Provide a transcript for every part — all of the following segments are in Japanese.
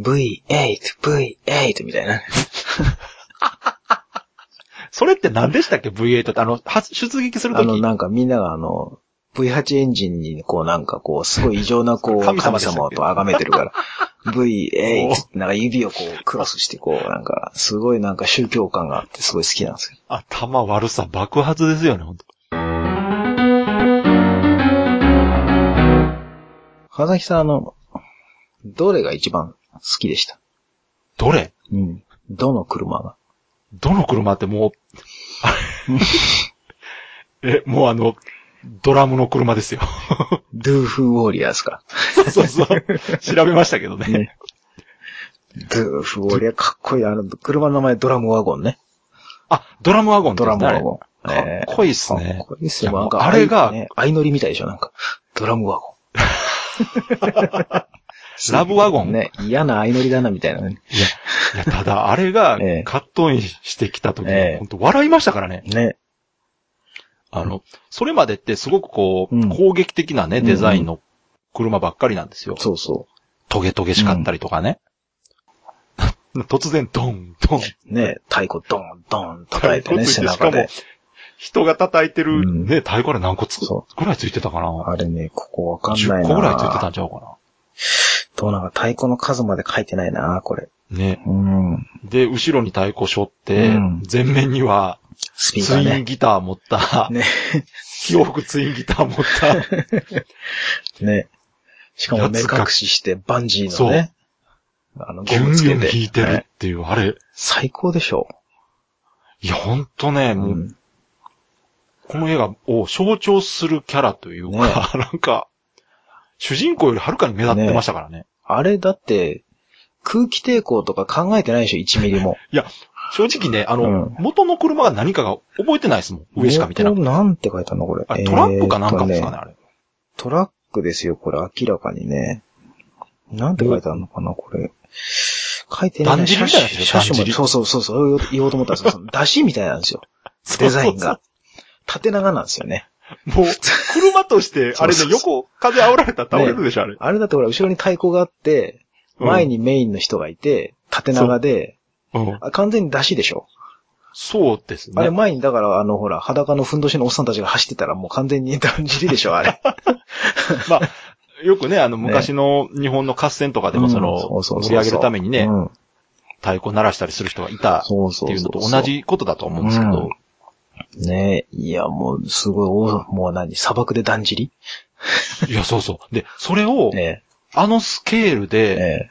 V8、V8 みたいな。それって何でしたっけ ?V8 って、あの、発出撃するあとの、き。なんかみんながあの、V8 エンジンに、こうなんかこう、すごい異常なこう、 神神様様でしたっけと崇めてる から、V8 ってなんか指をこう、クロスしてこう、なんか、すごいなんか宗教感があってすごい好きなんですよ。頭悪さ爆発ですよね、本当川崎さん、あの、どれが一番好きでしたどれうん。どの車がどの車ってもう、 え、もうあの、ドラムの車ですよ。 ドゥーフウォーリアーですかそうそう。調べましたけどね。ね。ドゥーフウォーリアーかっこいい。あの、車の名前ドラムワゴンね。あ、ドラムワゴンってド言ラうんムですワゴン。ねあれかっこいいっすかっね。こいいっすいよ。やなんかあれがね相乗りみたいでしょ、なんか。ドラムワゴン。ラブワゴンね。嫌な相乗りだな、みたいなね。いや、いや、ただ、あれがええ、カットインしてきた時、ええ本当笑いましたからね。ね。あの、それまでってすごくこうう、ん攻撃的なね、デザインの車ばっかりなんですよ。そうそトゲトゲしかったりとかね。突然、ドン、ドン。う。ね。太鼓ドン、ドン叩いてね、背太鼓ついてし中かもで。人が叩いてうる、んね、太鼓あれ何個つそぐらいついてたかなあれね、ここわかんない ?10 な。個ぐらいついてたんちゃうかどうなんか太鼓の数まで書いてないな、これ。な。ね。うん。で、後ろに太鼓背負って、うん前面には、スピーカツーインね。ギター持った、ね。洋服ツインギター持った、 ね。しかも目隠しして、バンジーのね。あの、ギゴュンムつギュけンて。弾いてるっていう、あれ、最高でしょ。いや、ほんとね、うもう、ん。この映画を象徴するキャラというか、 なんか、主人公よりはるかに目立ってましたからね。あれだって、空気抵抗とか考えてないでしょ、1ミリも。正直ね、あの、うん元の車が何かが覚えてないですもん。 上しか見てなくて。元なんて書いたのこれ。あれトラップかなんかですかえーっね、とあれ。トラックですよ、これ、明らかにね。なんて書いてあるのかな、これ。書いてない。だんじりみたいなやつでしょ車種車だんじり種も、そうそうそう、そう言おうと思ったんですけど、そ の出しみたいなんですよ。デザインが。縦長なんですよね。そうそうそう。もう、車として、あ れそねう、そうそ横、風煽られたら倒れるでしょ、あれ。あれだってほら、後ろに太鼓があって、うん前にメインの人がいて、縦長で、うん。あ完全に出しでしょ。そうですあれね。前に、だから、あの、ほら、裸のふんどしのおっさんたちが走ってたら、もう完全にだんじりで しょ、あれ。まあ、よくね、あの、昔の日本の合戦とかでも、その、うんそうそうそう盛り上げるためにね、うん太鼓鳴らしたりする人がいたっそうそうそう。ていうのと同。じことだと思うんですけど、ねえ、いや、もう、すごい、おもう何、砂漠でだんじりいや、そうそう。で、それを、えあのスケールえ、えで、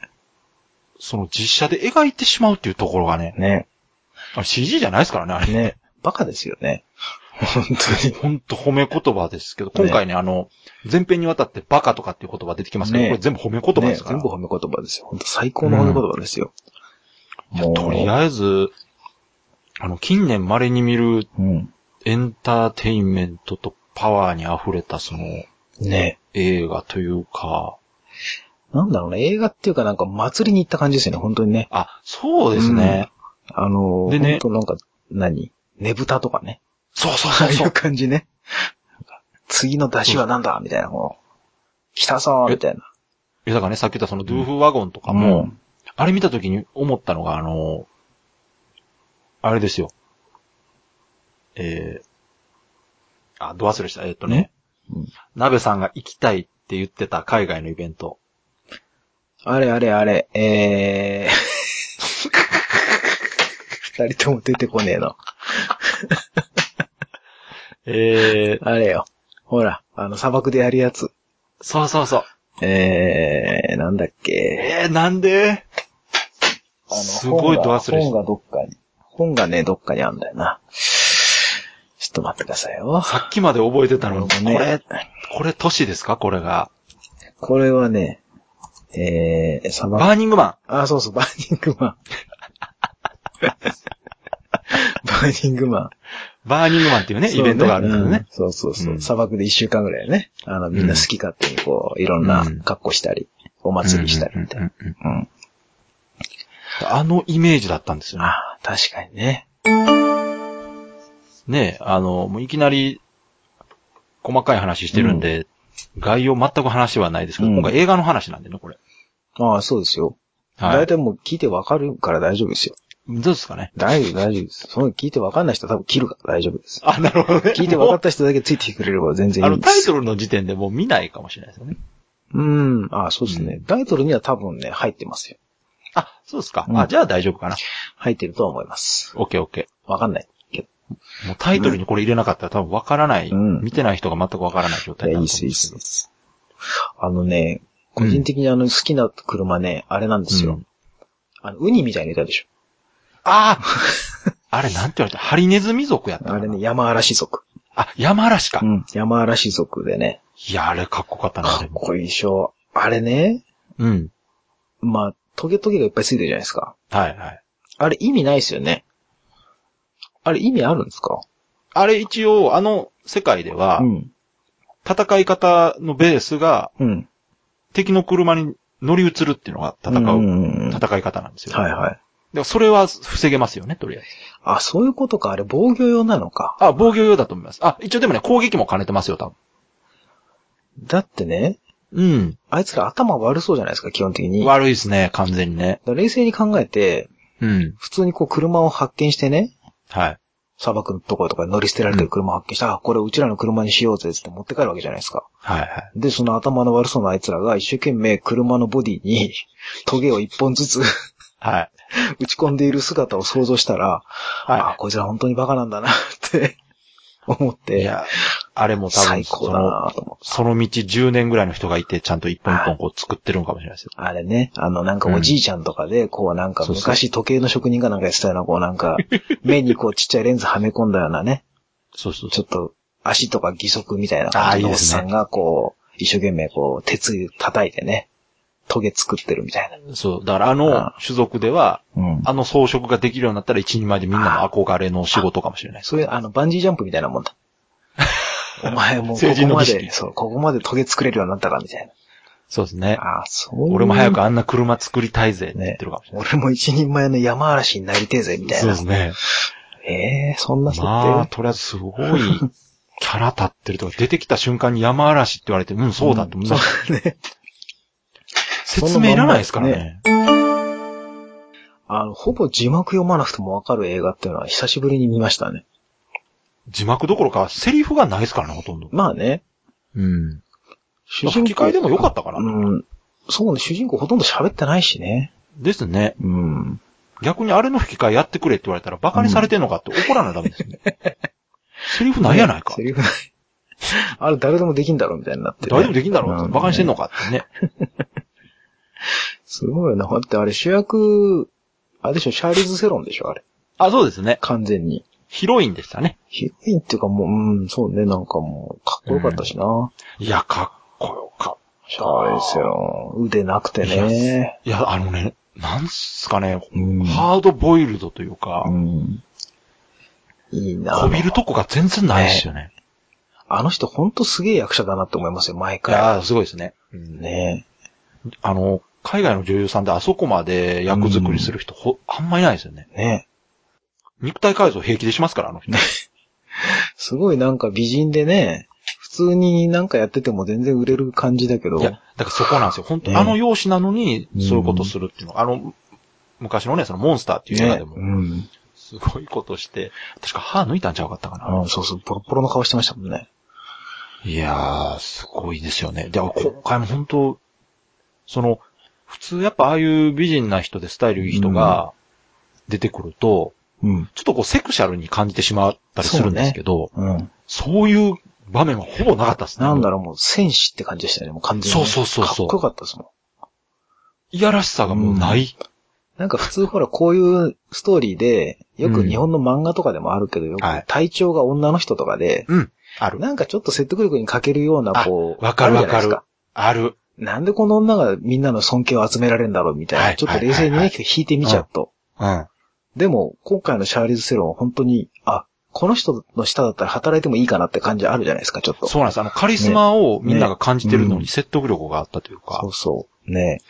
その実写で描いてしまうっていうところがね、え、ねあれ CG じゃないですからね、あれえ、。ねえ、バカですよね。本当に。ほんと褒め言葉ですけど、今回ね、あの、前編にわたってバカとかっていう言葉出てきますけど、ねこれ全部褒め言葉ねでえすから。全部褒め言葉ですよ。本当最高の褒め言葉ですよ。いやとりえあえず、あの、近年稀に見るず。うん。エンターテインメントとパワーに溢れたそのね映画というか、え。なんだろうね、映画っていうかなんか祭りに行った感じですよね、本当にね。あ、そうですね。あのー、でね本当なんか、何ねぶたとかね。そうそうあそあういそうう。感じね。次の出しはなんだみたいな、こう。来たぞーみたいな。いやだからね、さっき言ったそのドゥーフワゴンとかも、あれ見たときに思ったのが、あの、あれですよ。えー、あ、ど忘れした。えーっ、とね、うん鍋さんが行きたいって言ってた海外のイベント。あれあれあれ、えー。二人とも出てこねえの。えー、あれよ。ほら、あの、砂漠でやるやつ。そうそうそう。えー、なんだっけ。えー、なんであのすごい本ドが忘れし本た。がどっかに。本がね、どっかにあるんだよな。ちょっと待ってくださいよ。さっきまで覚えてたのに、あのねこれ、これ都市ですかこれが。これはね、えー、砂漠バーニングマあ、そうそう、バーニングマン。バーニングマン。ン。バーニングマンっていうね、そうイベントがあるんだようね。そうそうそう。うん砂漠で一週間ぐらいね。あの、みんな好き勝手にこう、いろんなうん格好したり、お祭りしたりみたいな。うんうんうんうん。あのイメージだったんですよね。ああ、確かにね。ねえ、あの、もういきなり、細かい話してるんで、概要全く話はないですけど、うん今回映画の話なんでね、これ。ああ、そうですよ。はい大体もう聞いてわかるから大丈夫ですよ。どうですかね。大丈夫、大丈夫です。その聞いてわかんない人は多分切るから大丈夫です。あ、なるほどね。聞いてわかもった人だけついてきてくれれば全う然あいいの、んでタイす。トルの時点でもう見ないかもしれないですよね。うん。あそうですね。タイトルには多分ね、入ってますよ。あ、そうですか。うんあ、じゃあ大丈夫かな。入ってるとは思います。オッケーオッケわかんないけど。ー。もうタイトルにこれ入れなかったら多分わからない、うん見てない人が全くわからない状態いにや、ないいっると思す、いうんいっですす、けいいっどす。あのね、個人的にあの好きな車ね、あれなんですよ。うんあの、ウニみたいにいたでしょ。あああれなんて言われたハリネズミ族やったかあなれね、山嵐族。あ、山嵐か。うん。山嵐族でね、いや、あれかっこよかったな、かでっも。こいいでしょ。あれね、うん。まあ、トゲトゲがいっぱいついてるじゃないですか。はいはい。あれ意味ないですよね。あれ意味あるんですかあれ一応、あの世界ではう、ん。戦い方のベースがうん。敵の車に乗り移るっていうのが戦うう、んうんうん。戦い方なんですよ。はいはい。だからそれは防げますよね、とりあえず。あ、そういうことか。あれ防御用なのか。あ、防御用だと思います。あ、一応でもね、攻撃も兼ねてますよ、多分。だってね、うん。あいつら頭悪そうじゃないですか、基本的に。だか悪いですね、完全にね。ら冷静に考えて、うん。普通にこう車を発見してね、はい。砂漠のところとかに乗り捨てられてる車を発見した、あ、これうちらの車にしようぜっつって持って帰るわけじゃないですか。はいはい。で、その頭の悪そうなあいつらが一生懸命車のボディ にトゲを一本ずつ はい。打ち込んでいる姿を想像したら、あはこいつら本当にバカなんだなって 思っい。いて、や、あれも多分、最高そだの、なと思って。その道10年ぐらいの人がいて、ちゃんと一本一本こう作ってるのかもしれないですよ。あれね、あの、なんかおじいちゃんとかで、こうなんかそうそう昔時計の職人がなんかやってたような、こうなん か、目にこうちっちゃいレンズはめ込んだようなね、そうそうちそ。ょっと足とか義足みたいな感じのおっさんがこう、一生懸命こう、鉄叩いてね、トゲ作ってるみたいうそう。だからあのあ種族では、な。うん。あの装飾ができるようになったら一人前でみんなの憧れの仕事かもしれないです。そういう、あの、バンジージャンプみたいなも んだ。お前もうこ成人このま儀式で、そう、ここまでトゲ作れるようになったかみたいそうですねな。。ああ、そういう。俺も早くあんな車作りたいぜって言ってるかもしれない。俺も一人前の山嵐になりてえぜ、みたいそうなで。すね。ええそんな設定、まあ、とりあえずす ごいキャラ立ってるとか、出てきた瞬間に山嵐って言われて、うん、そうだって、んもうそうね。説明いらないですからね。あの、ほぼ字幕読まなくてもわかる映画っていうのは久しぶりに見ましたね。字幕どころか、セリフがないですからね、ほとんど。まあね。うん。主吹き替えでもよかったかな。うん。そうね、主人公ほとんど喋ってないしね。ですね。うん。逆にあれの吹き替えやってくれって言われたら、バカにされてんのかって怒らないとダメですね。 セリフないやないかセ。リフない。あれ誰でもできんだろうみたいになって、ね。誰でもできんだろうバカにしてんのかってね。すごいよな。だってあれ主役、あれでしょ、シャーリーズ・セロンでしょ、あれ。あ、そうですね。完全に。ヒロインでしたね。ヒロインっていうかもう、うん、そうね、なんかもう、かっこよかったしな。いや、かっこよかっシャーリーズ・セロン、腕なくてね。た。いや、あのね、なんすかね、うん。ハードボイルドというかう、ん。いいな。こびるとこが全然ないですよね。あの人ほんとすげえ役者だなって思いますよ、毎い回。やー、すごいですね。ねあの、海外の女優さんであそこまで役作りする人、ほ、あんまいないですよね。え。ね肉体改造平気でしますから、あの人。え。すごいなんか美人でね、普通になんかやってても全然売れる感じだけど。いや、だからそこなんですよ。本当、ねあの容姿なのにう、んそういうことするっていうのは、あの、昔のね、そのモンスターっていう映画ねでもう、ん。すごいことして、確か歯抜いたんちゃうかったかな。あそうそう、ポロポロの顔してましたもんね。いやー、すごいですよね。で、今回も本当、その、普通やっぱああいう美人な人でスタイルいい人が出てくると、うん。ちょっとこうセクシャルに感じてしまったりするんですけど、うん。そう,、いう場面はほぼなかったですね。なんだろう、もう戦士って感じでしたよね、もう完全にね。そうそうそうそうかっこよかったですもん。いやらしさがもうない。なんか普通ほら、こういうストーリーで、よく日本の漫画とかでもあるけど、よくはい体調が女の人とかで、うん。ある。なんかちょっと説得力に欠けるような、あこう、わかるあじゃないですわかある。なんでこの女がみんなの尊敬を集められるんだろうみたいな、はいちょっと冷静にね、はいはい引いてみちゃうと。うん。でも、今回のシャーリーズ・セロンは本当に、あ、この人の下だったら働いてもいいかなって感じあるじゃないですか、ちょっと。そうなんです。あの、カリスマをみんなが感じてるのねに説得力があったというか。そうそう。ね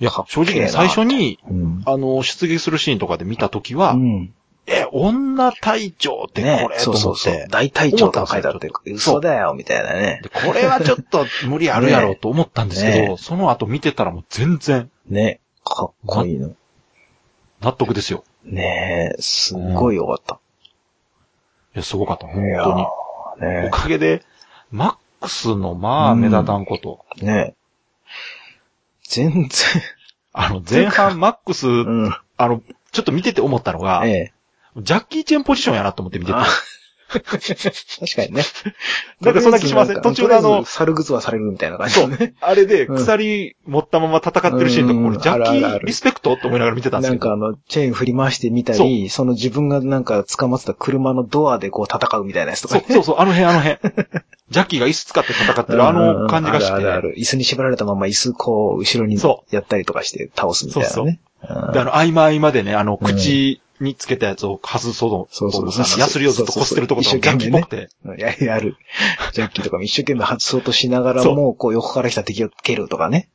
いや、かっけ正えな直ね、最初に、うん。あの、出撃するシーンとかで見たときは、うん。え、女隊長ってねこれ、とそう思そっうて。そう。大隊長とか書いてあって思ったん、ですよ嘘だよ、みたいなね。でこれはちょっと無理あるやろうと思ったんですけど、ねその後見てたらもう全然、ね。かっこいいの。納得ですよ。ねえ、すっごい良かった。いや、すごかった、本いや当ーねに。おかげで、マックスの、まあ、目立たんこと。え、ねえ。全然、あの、前半マックス、うん。あの、ちょっと見てて思ったのが、ええ。ジャッキーチェンポジションやなと思って見てて。 あ確かにね。なんかそんな気しませんと途りあえず中であの、猿靴はされるみたいな感じそでうね。。あれで、うん鎖持ったまま戦ってるシーンとか、うん俺、ジャッキあるあるあーるリスペクトって思いながら見てたんでなすけんど。かあの、チェーン振り回してみたそり、その自分がなんか捕まってた車のドアでこう戦うみたいなやつとかそうね。そうそう、あの辺、あの辺。ジャッキーが椅子使って戦ってる、あうんの感じがして。あるあるある。椅子に縛られたまま椅子こう、後ろにそやったりとかして倒すみたいなね。うんで、あの、合間合間でね、あの、口につけたやつを外そうと、そうそうそうあのヤスリをずっと擦ってるところとそうかそうそうもジャッキーっぽうくて。んやりある。 ジャッキーとかも一生懸命外そうとしながらそうも、こう横から来た敵を蹴るとかね。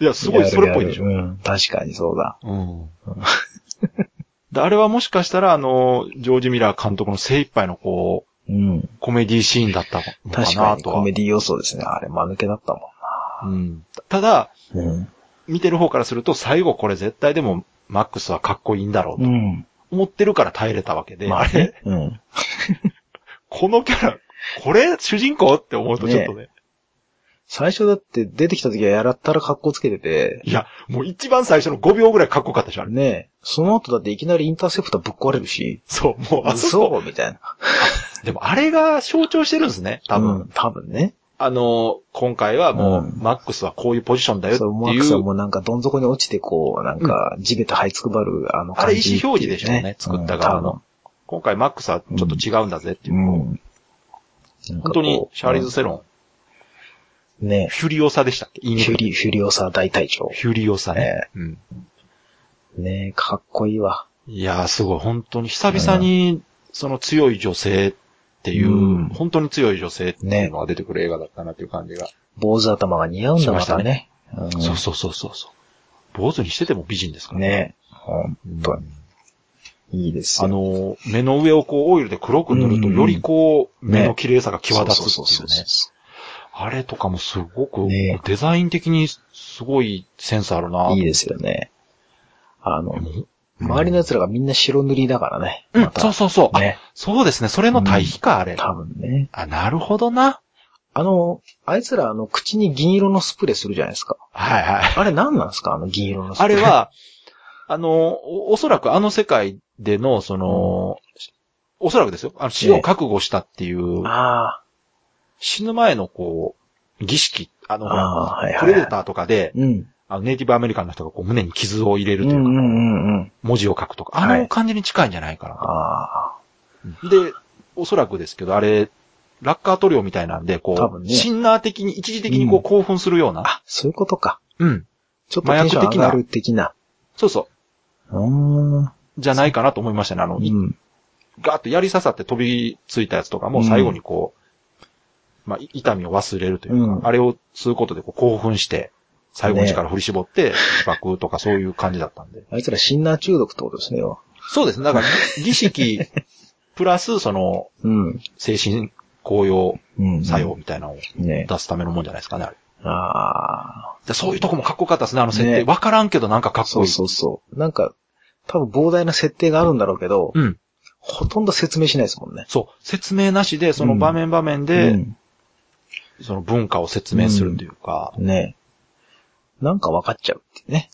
いや、すごいそれっぽいでしょや。るやるうん。確かにそうだ。うん。 で、あれはもしかしたら、あの、ジョージ・ミラー監督の精一杯のこう、うん。コメディシーンだったの確かかなにとコはメ。ディ要素ですね。あれ、間抜けだったもうん。ただ、ん。うん。見てる方からすると、最後これ絶対でも、マックスはかっこいいんだろううとん。思ってるから耐えれたわけで、まああれね、。うん。このキャラ、これ主人公って思うとちょっとね最初だって出てきた時はやらったら格好つけてて、いや、もう一番最初の5秒ぐらいかっこよかったでしょ、あれ。ねえ、その後だっていきなりインターセプターぶっ壊れるし、そう、もうあそこ。嘘みたいな。でもあれが象徴してるんですね、多分。うん、多分ね。あの、今回はもう、うんマックスはこういうポジションだよってそ、いうマッう。クさんもなんかどん底に落ちてこう、なんか地べた這いつくばるあの感じっていあれ意思表示でしょうねうん作った側の今回マックスはちょっと違うんだぜって多いう。分うん。なんかこう本当に、シャーリーズ・セロン、うんねフュリオサでしたっけ言いえ、にくフいュリ、フュリオサー大隊長。フュリオサね。うん。ねえ、かっこいいわ。いやー、すごい。本当に、久々に、その強い女性っていう、うん本当に強い女性っていうのが出てくる映画だったなっていう感じが。坊主頭が似合うんだしまましたたねね。うんそうそうそうそうそう。坊主にしてても美人ですからねえ、本うん当に。いいですあよ。の、目の上をこうオイルで黒く塗ると、うんよりこう、ね目の綺麗さが際立つそうってそいうそううねそう。そあれとかもすごく、ねデザイン的にすごいセンスあるなう。いいですよね。あの、うん周りの奴らがみんな白塗りだからね。うんま、たそうそうそう。あね。そうですね。それの対比か、あれ。多分ね。あ、なるほどな。あの、あいつらあの、口に銀色のスプレーするじゃないですか。はいはい。あれ何なん ですかあの銀色のスプあレー。れ、は、 あの、おおそらくあの世界での、その、おそらくですよ。あの死を覚悟したっていう、あ死ぬ前のこう、儀式、あのあ、、ああ、はいプはいレデはい。ターとかで、うん。あのネイティブアメリカンの人がこう胸に傷を入れうるんとうんいうか、うんうん。文字を書くとか、あはいの感じに近いんじゃないかな。ああ、で、おそらくですけど、あれ、ラッカー塗料みたいなんで、多こう、分ねシンナー的に、一時的にこううん興奮するような、あ、そういうことか。うん、ちょっとテンション上がる的な。そうそうーん。う、じゃないかなと思いましたね。あの、うん。ガーッとやり刺さって飛びついたやつとかもうん最後にこう、まあ、い痛みを忘れるというか、うんあれを吸うことでこう興奮して、最後の力を振り絞って、自爆とかそういう感じだったんで。あいつらシンナー中毒ってことですね。要は そうですね。だから、儀式、プラス、その、うん。精神高揚うん。作用みたいなのをね。出すためのもんじゃないですかね、あれ。ああ、でそういうとこもかっこよかったですね、あの設定。ねわ、からんけどなんかかっこそ。いいうそうそう。なんか、多分膨大な設定があるんだろうけど、うん。ほとんど説明しないですもんね。そう。説明なしで、そのうん場面場面で、うんその文化を説明するというか。ねなんか分かっちゃうっていうね。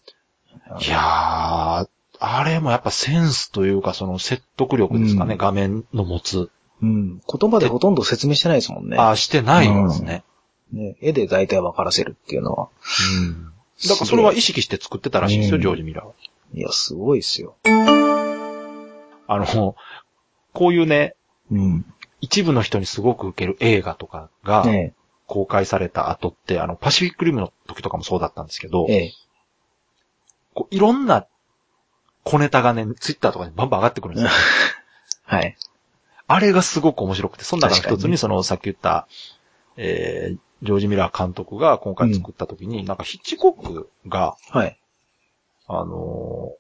うんいやー、あれもやっぱセンスというか、その説得力ですかね、うん画面の持つ。うん。言葉でほとんど説明してないですもんね。ああ、してないんですね。ね絵で大体分からせるっていうのは。うんだからそれは意識して作ってたらしいですよ、うんジョージ・ミラーは。いや、すごいですよ。あの、こういうね、うん。一部の人にすごく受ける映画とかが、ね公開された後って、あの、パシフィックリムの時とかもそうだったんですけどえ、え。こういろんな小ネタがね、ツイッターとかにバンバン上がってくるんですよ。はい。あれがすごく面白くて、その中の確か一につに、その、さっき言った、えー、ジョージ・ミラー監督が今回作った時に、なんかヒッチコックが、はい。あの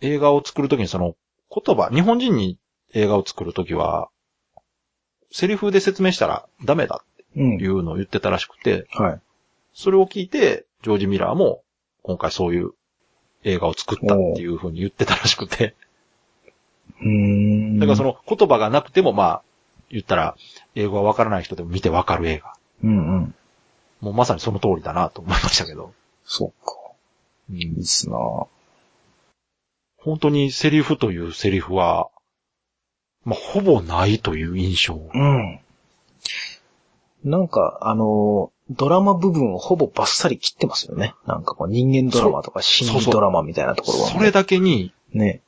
ー映画を作る時にその、言葉、日本人に映画を作る時は、セリフで説明したらダメだうってんい。うのを言ってたらしくて、はい。それを聞いて、ジョージ・ミラーも、今回そういう映画を作ったっていう風に言ってたらしくて。うん。だからその、の言葉がなくてもまあ、言ったら、英語がわからない人でも見てわかる映画。うんうん。もうまさにその通りだなと思いましたけど。そうか。ういいっんすな本当にセリフというセリフは、まあ、ほぼないという印象。うん。なんか、あの、ドラマ部分をほぼバッサリ切ってますよね。なんかこう人間ドラマとか心そう理そうドラマみたいなところは、ね。それだけに、ね。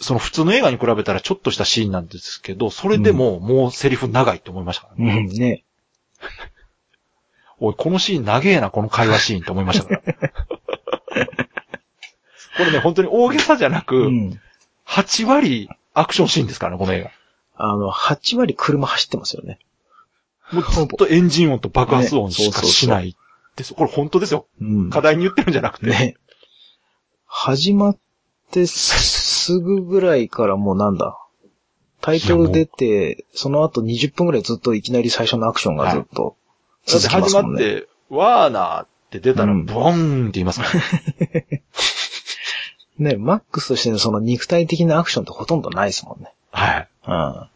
その普通の映画に比べたらちょっとしたシーンなんですけど、それでももうセリフ長いと思いましたからね、うん、ね。おい、このシーン長えな、この会話シーンと思いました から。これね、本当に大げさじゃなく、うん。 8割アクションシーンですからね、この映画。あの、8割車走ってますよね。もうずっとエンジン音と爆発音しねそうかそうそうしないです。これ本当ですよ。うん。課題に言ってるんじゃなくて。ね。始まってすぐぐらいからもうなんだ。タイトル出て、その後20分ぐらいずっといきなり最初のアクションがずっとだっ続てきま始すまもんっね。て、ワーナーって出たら、うんブオーンって言いますから。ね、マックスとしてのその肉体的なアクションってほとんどないですもんね。はい。うん。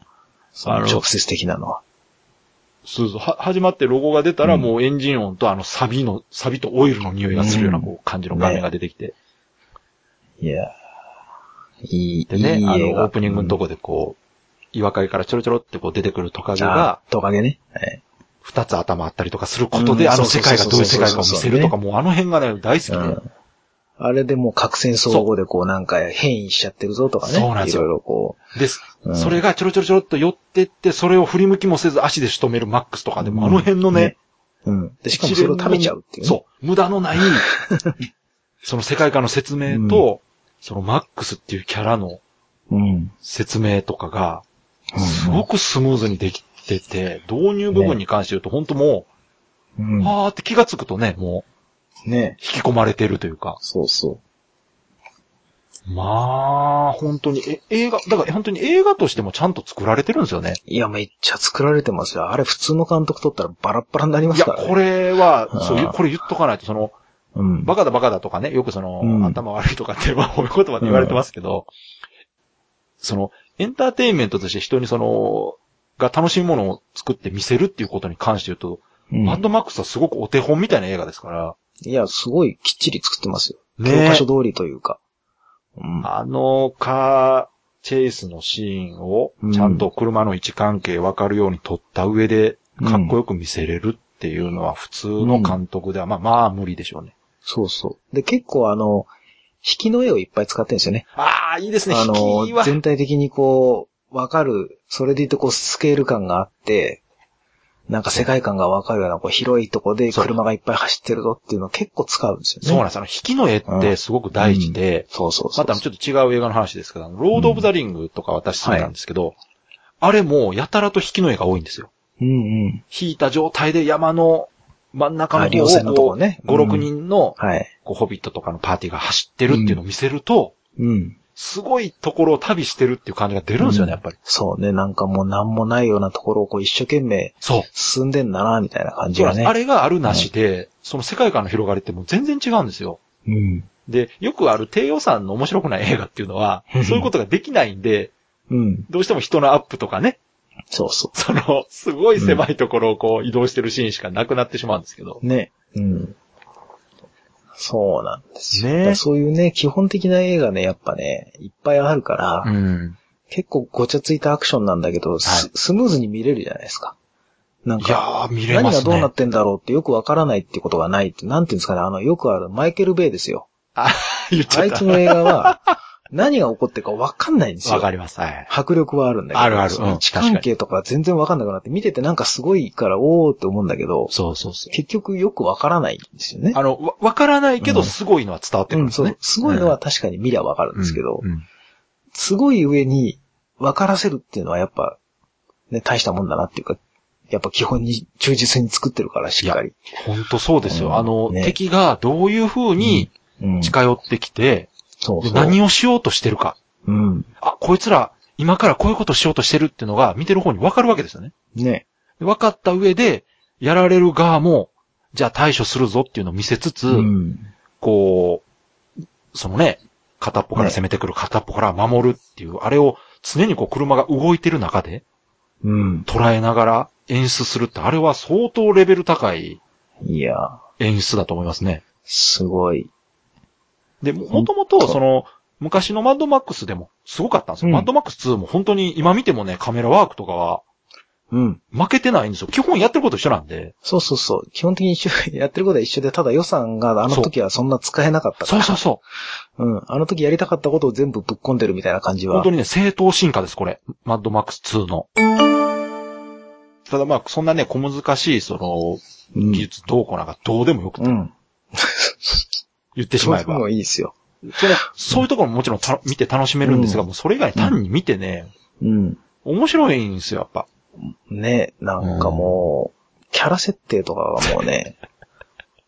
そあのの直接的なのは。そうそう。は、始まってロゴが出たら、うんもうエンジン音とあのサビの、サビとオイルの匂いがするような、うんこう、感じの画面が出てきて。いやーいい、でね、いいあの、映画。オープニングのとここでこう、岩陰からちょろちょろってこう出てくるトカゲがが、、トカゲね。はい二つ頭あったりとかすることで、うんあの世界がどういう世界かを見そうそうそうそうせるとか、もうあの辺がね、大好きうで。ん。あれでもう核戦争後でこうなんか変異しちゃってるぞとかね。そうなんですよいろいろこで、うんそれがちょろちょろちょろっと寄ってって、それを振り向きもせず足で仕留めるマックスとかでも、あの辺のね、う。うん。で、しかもそれを食べちゃうっていうね。そう。無駄 のない、その世界観の説明と、そのマックスっていうキャラのう。うん。説明とかが、うんすごくスムーズにできてて、導入部分に関して言うと、本当もうう、ん。はーって気がつくとね、もう、ね。引き込まれてるというか。そうそまあ、本当に、え、映画、だから本当に映画としてもちゃんと作られてるんですよね。う。いや、めっちゃ作られてますよ。あれ普通の監督撮ったらバラッバラになりまいすや、からね。これはう、んそういう、これ言っとかないと、その、うん。バカだバカだとかね、よくその、うん頭悪いとかって、 まあ、褒め言葉で言われてますけど、その、エンターテインメントとして人にその、が楽しいものを作って見せるっていうことに関して言うと、うんマッドマックスはすごくお手本みたいな映画ですから、いや、すごいきっちり作ってますよ。教ね科書通りというか。うん。あのカーチェイスのシーンをうんちゃんと車の位置関係わかるように撮った上で、かっこよく見せれるっていうのは普通の監督では、まあまあ無理でしょうね。そうそう。で、結構あの、引きの絵をいっぱい使ってるんですよね。ああ、いい ですね、あ引きの、は。全体的にこう、わかる、それでいてこう、スケール感があって、なんか世界観がわかるような、こう、広いとこでそう車がいっぱい走ってるぞっていうのを結構使うんですよね。そうなんです。あの、引きの絵ってすごく大事で、そうそうそまう。たあのちょっと違う映画の話ですけど、あのロード・オブ・ザ・リングとか私好きなんですけど、あれもやたらと引きの絵が多いんですよ。うんうん。引いた状態で山の真ん中のあ稜線の方をとここねう5、6うん人のはい。こうホビットとかのパーティーが走ってるっていうのを見せると、うん。すごいところを旅してるっていう感じが出るんですようんね、やっぱり。そうね、なんかもうなんもないようなところをこう、一生懸命そう。進んでんだな、みたいな感じそうながんですね。あれがあるなしで、その世界観の広がりってもう全然違うんですよ。うん。で、よくある低予算の面白くない映画っていうのは、そういうことができないんで、うん。どうしても人のアップとかね、そうそその、すごい狭いところをこう移動してるシーンしかなくなってしまうんですけど。う。ね。うん。そうなんですよ。ねだからそういうね、基本的な映画ね、やっぱね、いっぱいあるから、ん。結構ごちゃついたアクションなんだけど、ススムーズに見れるじゃないですか。なんいやか、ー、見れま何すがね。どうなってんだろうってよくわからないってことがないって、なんていうんですかね、あの、よくあるマイケル・ベイですよ。あ、言っちあゃっいつた。の映画は、 何が起こってるかわかんないんですわよ。かります。はい。迫力はあるんだけど。あるあるそうんの位置関係とか全然わかんなくなって、見ててなんかすごいから、おーって思うんだけど、そうそうそう。結局よくわからないんですよね。あの、わわからないけど、すごいのは伝わってうくるん、んですそねう。。すごいのは確かに見りゃわかるんですけど、うんうんすごい上に分からせるっていうのはやっぱ、ね、大したもんだなっていうか、やっぱ基本に忠実に作ってるから、しっかり。ほんとそうですうんよ。あの、ね敵がどういう風にうん。近寄ってきて、そうでそう。何をしようとしてるか。うん。あ、こいつら、今からこういうことしようとしてるっていうのが、見てる方にわかるわけですよね。ね。で分かった上で、やられる側も、じゃあ対処するぞっていうのを見せつつ、うん。こう、そのね、片っぽから攻めてくる、片っぽから守るっていう、あれを常にこう車が動いてる中でうん。捉えながら演出するって、あれは相当レベル高いいや、演出だと思いますね。すごい。で、ももともと、その、昔のマッドマックスでもすごかったんですよ。うんマッドマックス2も本当に今見てもね、カメラワークとかはうん。負けてないんですよ。基本やってること一緒なんで。そうそうそう。基本的に一緒、やってることは一緒で、ただ予算があの時はそんな使えなかったかそうら。。そうそうん。あの時やりたかったことを全部ぶっ込んでるみたいな感じう。は。本当にね、正当進化です、これ。マッドマックス2の。ただまあ、そんなね、小難しい、その、技に。術どうこうなんかどうでもよくうん。うん。言ってしまえばも。いいですよ。それそういうところももちろんた見て楽しめるんですが、うんもうそれ以外に単に見てね、うん。面白いんですよ、やっぱ。ね、なんかもう、キャラ設定とかはもう ね、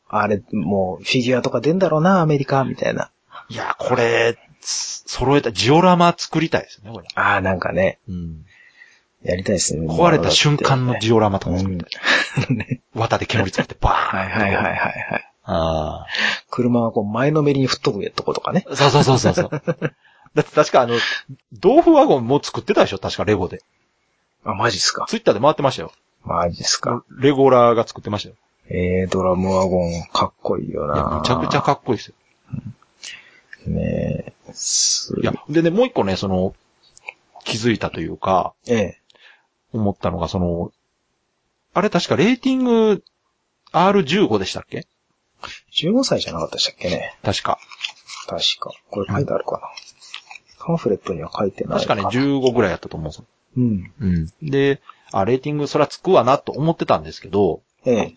あれ、もう、フィギュアとか出んだろうな、アメリカ、みたいな。いや、これ、つ揃えた、ジオラマ作りたいですね、これ。ああ、なんかね、うん。やりたいですね。壊れた瞬間のねジオラマとかう作りんたい。。綿で煙つけて、バーンはいはいはいはい。はい。あ車はこう、前のめりに吹っ飛ぶとことかね。あ。そうそうそうそうそう。 だって確かあの、豆腐ワゴンも作ってたでしょ確かレゴで。あ、マジっすか。ツイッターで回ってましたよ。マジっすか。レゴラーが作ってましたよ。ええー、ドラムワゴン、かっこいいよいや、な。むちゃくちゃかっこいいですよ。ねえ。すいや、でね、もう一個ね、その、気づいたというか、ええ。思ったのが、その、あれ確かレーティング R15 でしたっけ15歳じゃなかったでしたっけね。確か。確か。これ書いてあるかな。パンフレットには書いてない確かね、ね、 15ぐらいやったと思うんですよ。うん。うん。で、あ、レーティングそりゃつくわなと思ってたんですけど、ええ。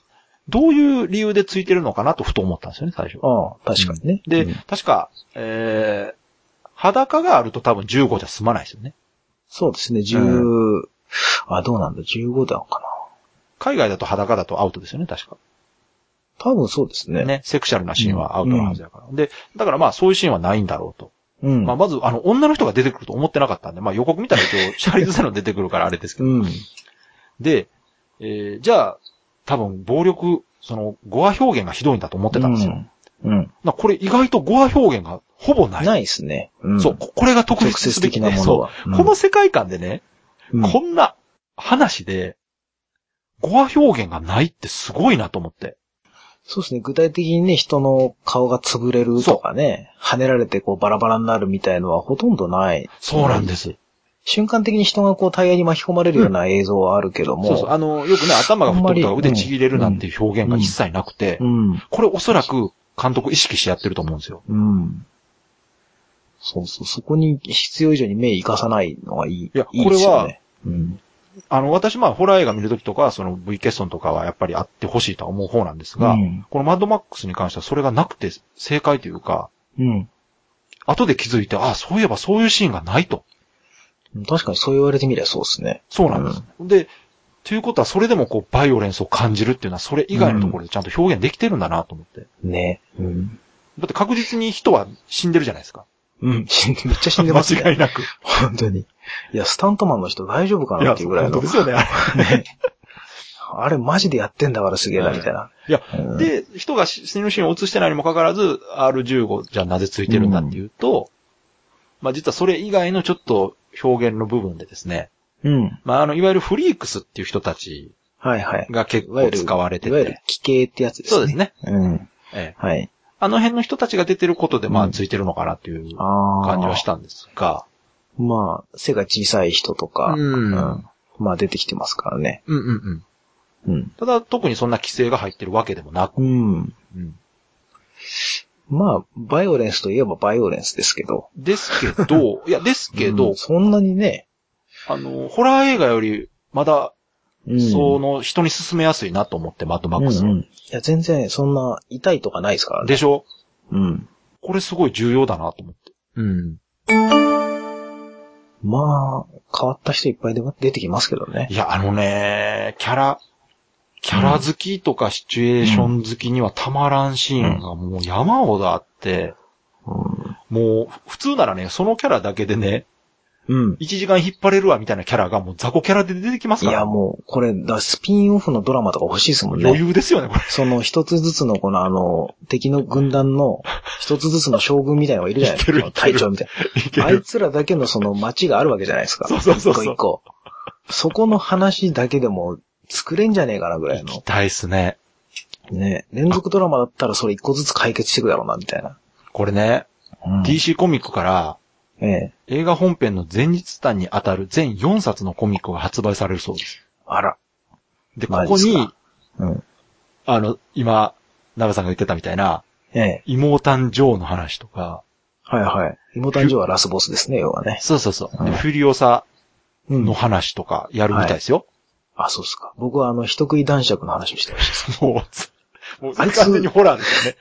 どういう理由でついてるのかなとふと思ったんですよね、最初。ああ、確かにね。で、うん確か、えー、裸があると多分15じゃ済まないですよね。そうですね、10、あ、どうなんだ、15だかな。海外だと裸だとアウトですよね、確か。多分そうですね。ね、セクシャルなシーンはアウトなはずだから。で、だからまあそういうシーンはないんだろうと。うん。まあ、まず、あの、女の人が出てくると思ってなかったんで、まあ、予告見たら一 応、シャーリーズ・セロン出てくるからあれですけど。うん。で、えーじゃあ、多分、暴力、その、語話表現がひどいんだと思ってたんですよ。うん。うん。なこれ意外と語話表現がほぼない。ないですね。うん。そう、。ここれが特直別接すべき的なでものそは。う。この世界観でね、うん、こんな話で、語話表現がないってすごいなと思って。そうですね。具体的にね、人の顔が潰れるとかね、跳ねられてこうバラバラになるみたいのはほとんどない。そうなんです。瞬間的に人がこうタイヤに巻き込まれるような映像はあるけども。そうそう。あの、よくね、頭があん吹っ飛ぶとかまり腕ちぎれるなんていう表現が一切なくて、うん。これおそらく監督意識してやってると思うんですよ。うん。そうそう。そこに必要以上に目生かさないのがいい。いいやですよね。うん。あの、私、まあ、ホラー映画見るときとかは、その V 欠損とかはやっぱりあってほしいとは思う方なんですが、うんこのマッドマックスに関してはそれがなくて正解というか、うん。後で気づいて、ああ、そういえばそういうシーンがないと。確かにそう言われてみりゃそうですね。そうなんです。で、ということは、それでもこう、バイオレンスを感じるっていうのは、それ以外のところでちゃんと表現できてるんだなと思って。ね。うん。だって確実に人は死んでるじゃないですか。うん。 死んでめっちゃ死んでますね。 間違いなく。本当に。いや、スタントマンの人大丈夫かいなや、っていうぐらい本当ので。すよね。あれねあれマジでやってんだからすげえな、みたいな。いや、うん、で、人が死ぬシーンを映してないにもかかわらず、R15 じゃなぜついてるんだっていうと、まあ実はそれ以外のちょっと表現の部分でですね、うん。まああの、いわゆるフリークスっていう人たちはいはい。が結いわ構ゆる、使われていわゆるて、奇形ってやつですね。そうですね。うん。ええ、はい。あの辺の人たちが出てることで、まうあんついてるのかなっていうああ。感じはしたんですが、まあ、背が小さい人とか、うんまあ出てきてますからね。うんうんうん。うん。ただ特にそんな規制が入ってるわけでもなく、うん。うんまあ、バイオレンスといえばバイオレンスですけど。です けど、いや、ですけうどん、そんなにね、あの、ホラー映画より、まだ、うんその、人に勧めやすいなと思って、マッドマックスは。うんうん。いや、全然そんな痛いとかないですからね。でしょうん。これすごい重要だなと思って。うん。まあ、変わった人いっぱい出出てきますけどね。いや、あのね、キャラ、キャラ好きとかシチュエーション好きにはたまらんシーンがもう山ほどあって、うん。もう、普通ならね、そのキャラだけでね、うん。 1時間引っ張れるわ、みたいなキャラがもう雑魚キャラで出てきますいから。や、もう、これ、だスピンオフのドラマとか欲しいですもん余ね。裕ですよね、これ。その一つずつのこのあの、敵の軍団の一つずつの将軍みたいなのがいるじゃないですいけるか。いける隊長みたいいけな。あいる。つらだけのその街があるわけじゃないですか。そうそうそうそう一個一個。そこの話だけでも作れんじゃねえかなぐらい行のき。たいっすね。ね。連続ドラマだったらそれ一個ずつ解決していくだろうな、みたいな。これね、うん。 DC コミックからええ。映画本編の前日談にあたる全4冊のコミックが発売されるそうです。あら。で、こマジこっすにか、うん。あの、今、ナベさんが言ってたみたいな、ええ。イモータン・ジョーの話とか、はいはい。妹誕生はラスボスですね、要はね。そうそうそう、でうんフュリオサうの。話とかやるみたいですよ。あ、そうっすか。僕はあの、人食い男爵の話をしてました。もうつ、もうあいつ完全にホラーですよね。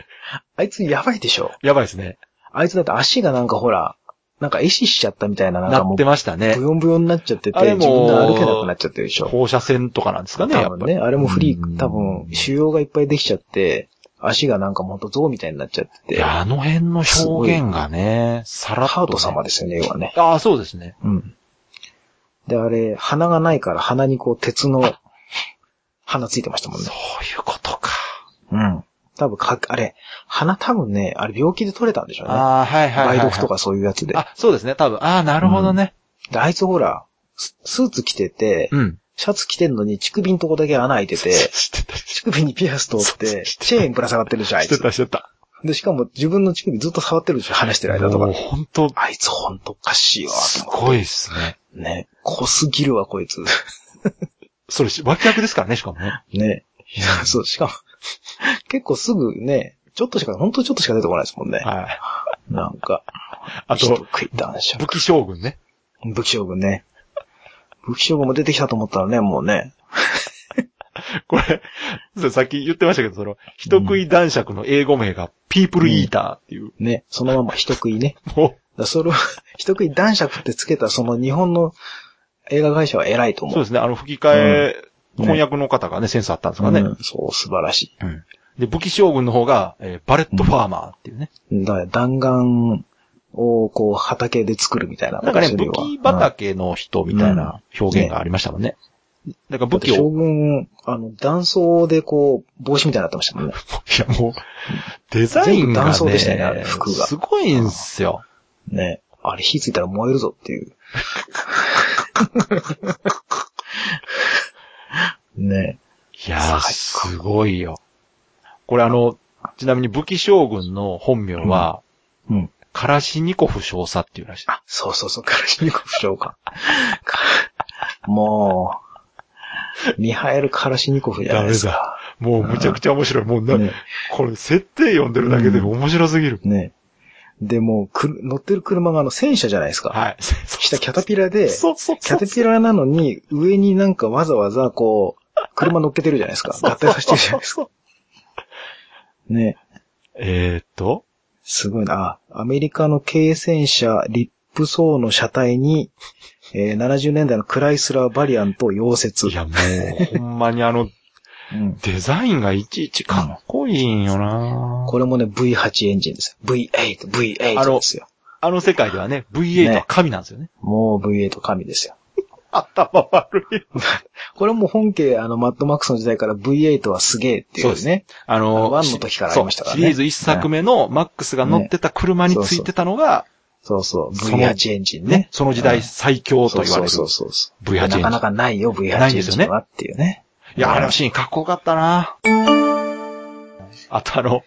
あいつやばいでしょ。やばいですね。あいつだって足がなんかほら、なんか壊死しちゃったみたいな、なんなかもっう、てブましたね。ヨンブヨンになっちゃってて、あれ自も分で歩けなくなっちゃってるでしょ。放射線とかなんですかね、や多っ分ぱり。ね、あれもフリーうク、ん多分、腫瘍がいっぱいできちゃって、足がなんかもうほんと象みたいになっちゃっていて、や、あの辺の表現がね、さらっと、ね。ハート様ですよね、要はね。ああ、そうですね。うん。で、あれ、鼻がないから鼻にこう鉄の鼻ついてましたもんねそう。いうことか。うん。多分か、あれ、鼻多分ね、あれ病気で取れたんでしょうね。ああ、はいはいはい、梅はい。毒とかそういうやつで。あ、そうですね、多分。ああ、なるほどね。で、あいつほら、ススーツ着てて、うん。シャツ着てんのに乳首のとこだけ穴開いてて、 知ってた、知乳首にピアス通そっうそうて、チェーンぶら下がってるじゃん、あいってつ。た、知ってた。で、しかも自分の乳首ずっと触ってるでしょ、話してる間ともうか。本当あいつほんとおかしいわ、すと思ごいっすね。う。ね。濃すぎるわ、こいつ。それし、脇役ですからね、しかもね。ね。 そう、しかも、結構すぐね、ちょっとしか、ほんとちょっとしか出てこないですもんね。はい。なんか、あ人と、食い男爵。武器将軍ね。武器将軍ね。武器将軍も出てきたと思ったらね、もうね。これ、そうさっき言ってましたけど、その、人食い男爵の英語名が、ピープルイーターっていう、ね。そのまま人食いね。もだからそれを、 人食い男爵ってつけたその日本の映画会社は偉いとう、思う。そうですね、あの、吹き替え、うん翻訳の方がね、センスあったんですかね。うんそう、素晴らしで、武器将軍の方が、えーバレットファーマーっていうね。い。だから弾丸をこう畑で作るみたいななんことかね、する武よ。器うん畑の人みたいな表現がありましたもんね。だからだっ武て器を将、軍、あの、断層でこう、帽子みたいになってましたも んね。いやもう、デザイ全部ンがね、男装でしたよねあれ服がすごいんすよ。ね。あれ火ついたら燃えるぞっていう。 ね。いやー、最高すごいよ。これあの、ちなみに武器将軍の本名は、うんうんカラシニコフ少佐っていうらしい。あ、そうそうそう、カラシニコフ将 官。かもう、ミハエル・カラシニコフじゃないですか。もうむちゃくちゃ面白い。もうな、ねこれ設定読んでるだけでも面白すぎる。ね。で、もうくる、乗ってる車があの戦車じゃないですか。はい。下キャタピラで、そうそうキャそうタ。ピラなのに、上になんかわざわざこう、車乗っけてるじゃないですか。合体させてるじゃないですか。か。 ね。えーっと、すごいな。あアメリカの軽戦車、リップソーの車体に、えー70年代のクライスラーバリアントを溶接。いやもう、ほんまにあの、うんデザインがいちいちかっこいいんよなこれもね、V8 エンジンですよ。V8、V8 ですよ。あの世界ではね、V8 は神なんですよね。もう V8 神ですよ。頭悪い。これも本家、あの、マッドマックスの時代から V8 はすげえっていうね。そうですあの、ワンの時からありましたからねそうシリーズ一作目のマックスが乗ってた車についてたのが、そうそう。その V8 エンジンね。その時代最強と言われる。そうそうそうそう。 V8 エンジンなかなかないよ、V8 ないんエでンすジよンねはっていうね。いや、あのシーンかっこよかったなあとあの、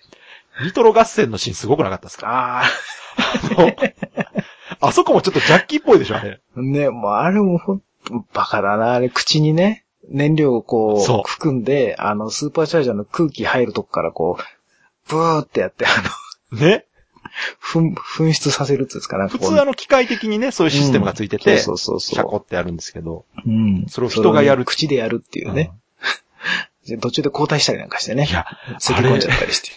ニトロ合戦のシーンすごくなかったですかああ のあそこもちょっとジャッキーっぽいでしょ、あれ。あ、ね、もうあれもほんと、バカだな、あれ、口にね、燃料をこそうう、含んで、あの、スーパーチャージャーの空気入るとこからこう、ブーってやって、あの、ね噴、噴出させるっつうんですかなんか普こう通あの機械的にね、そういうシステムがついてて、そうそうそうシャそコってやるんですけど、う。うん。それを人がそれやるをね口でやるっていうね。で途中で交代したりなんかしてね い。や、咳込んじゃったりして。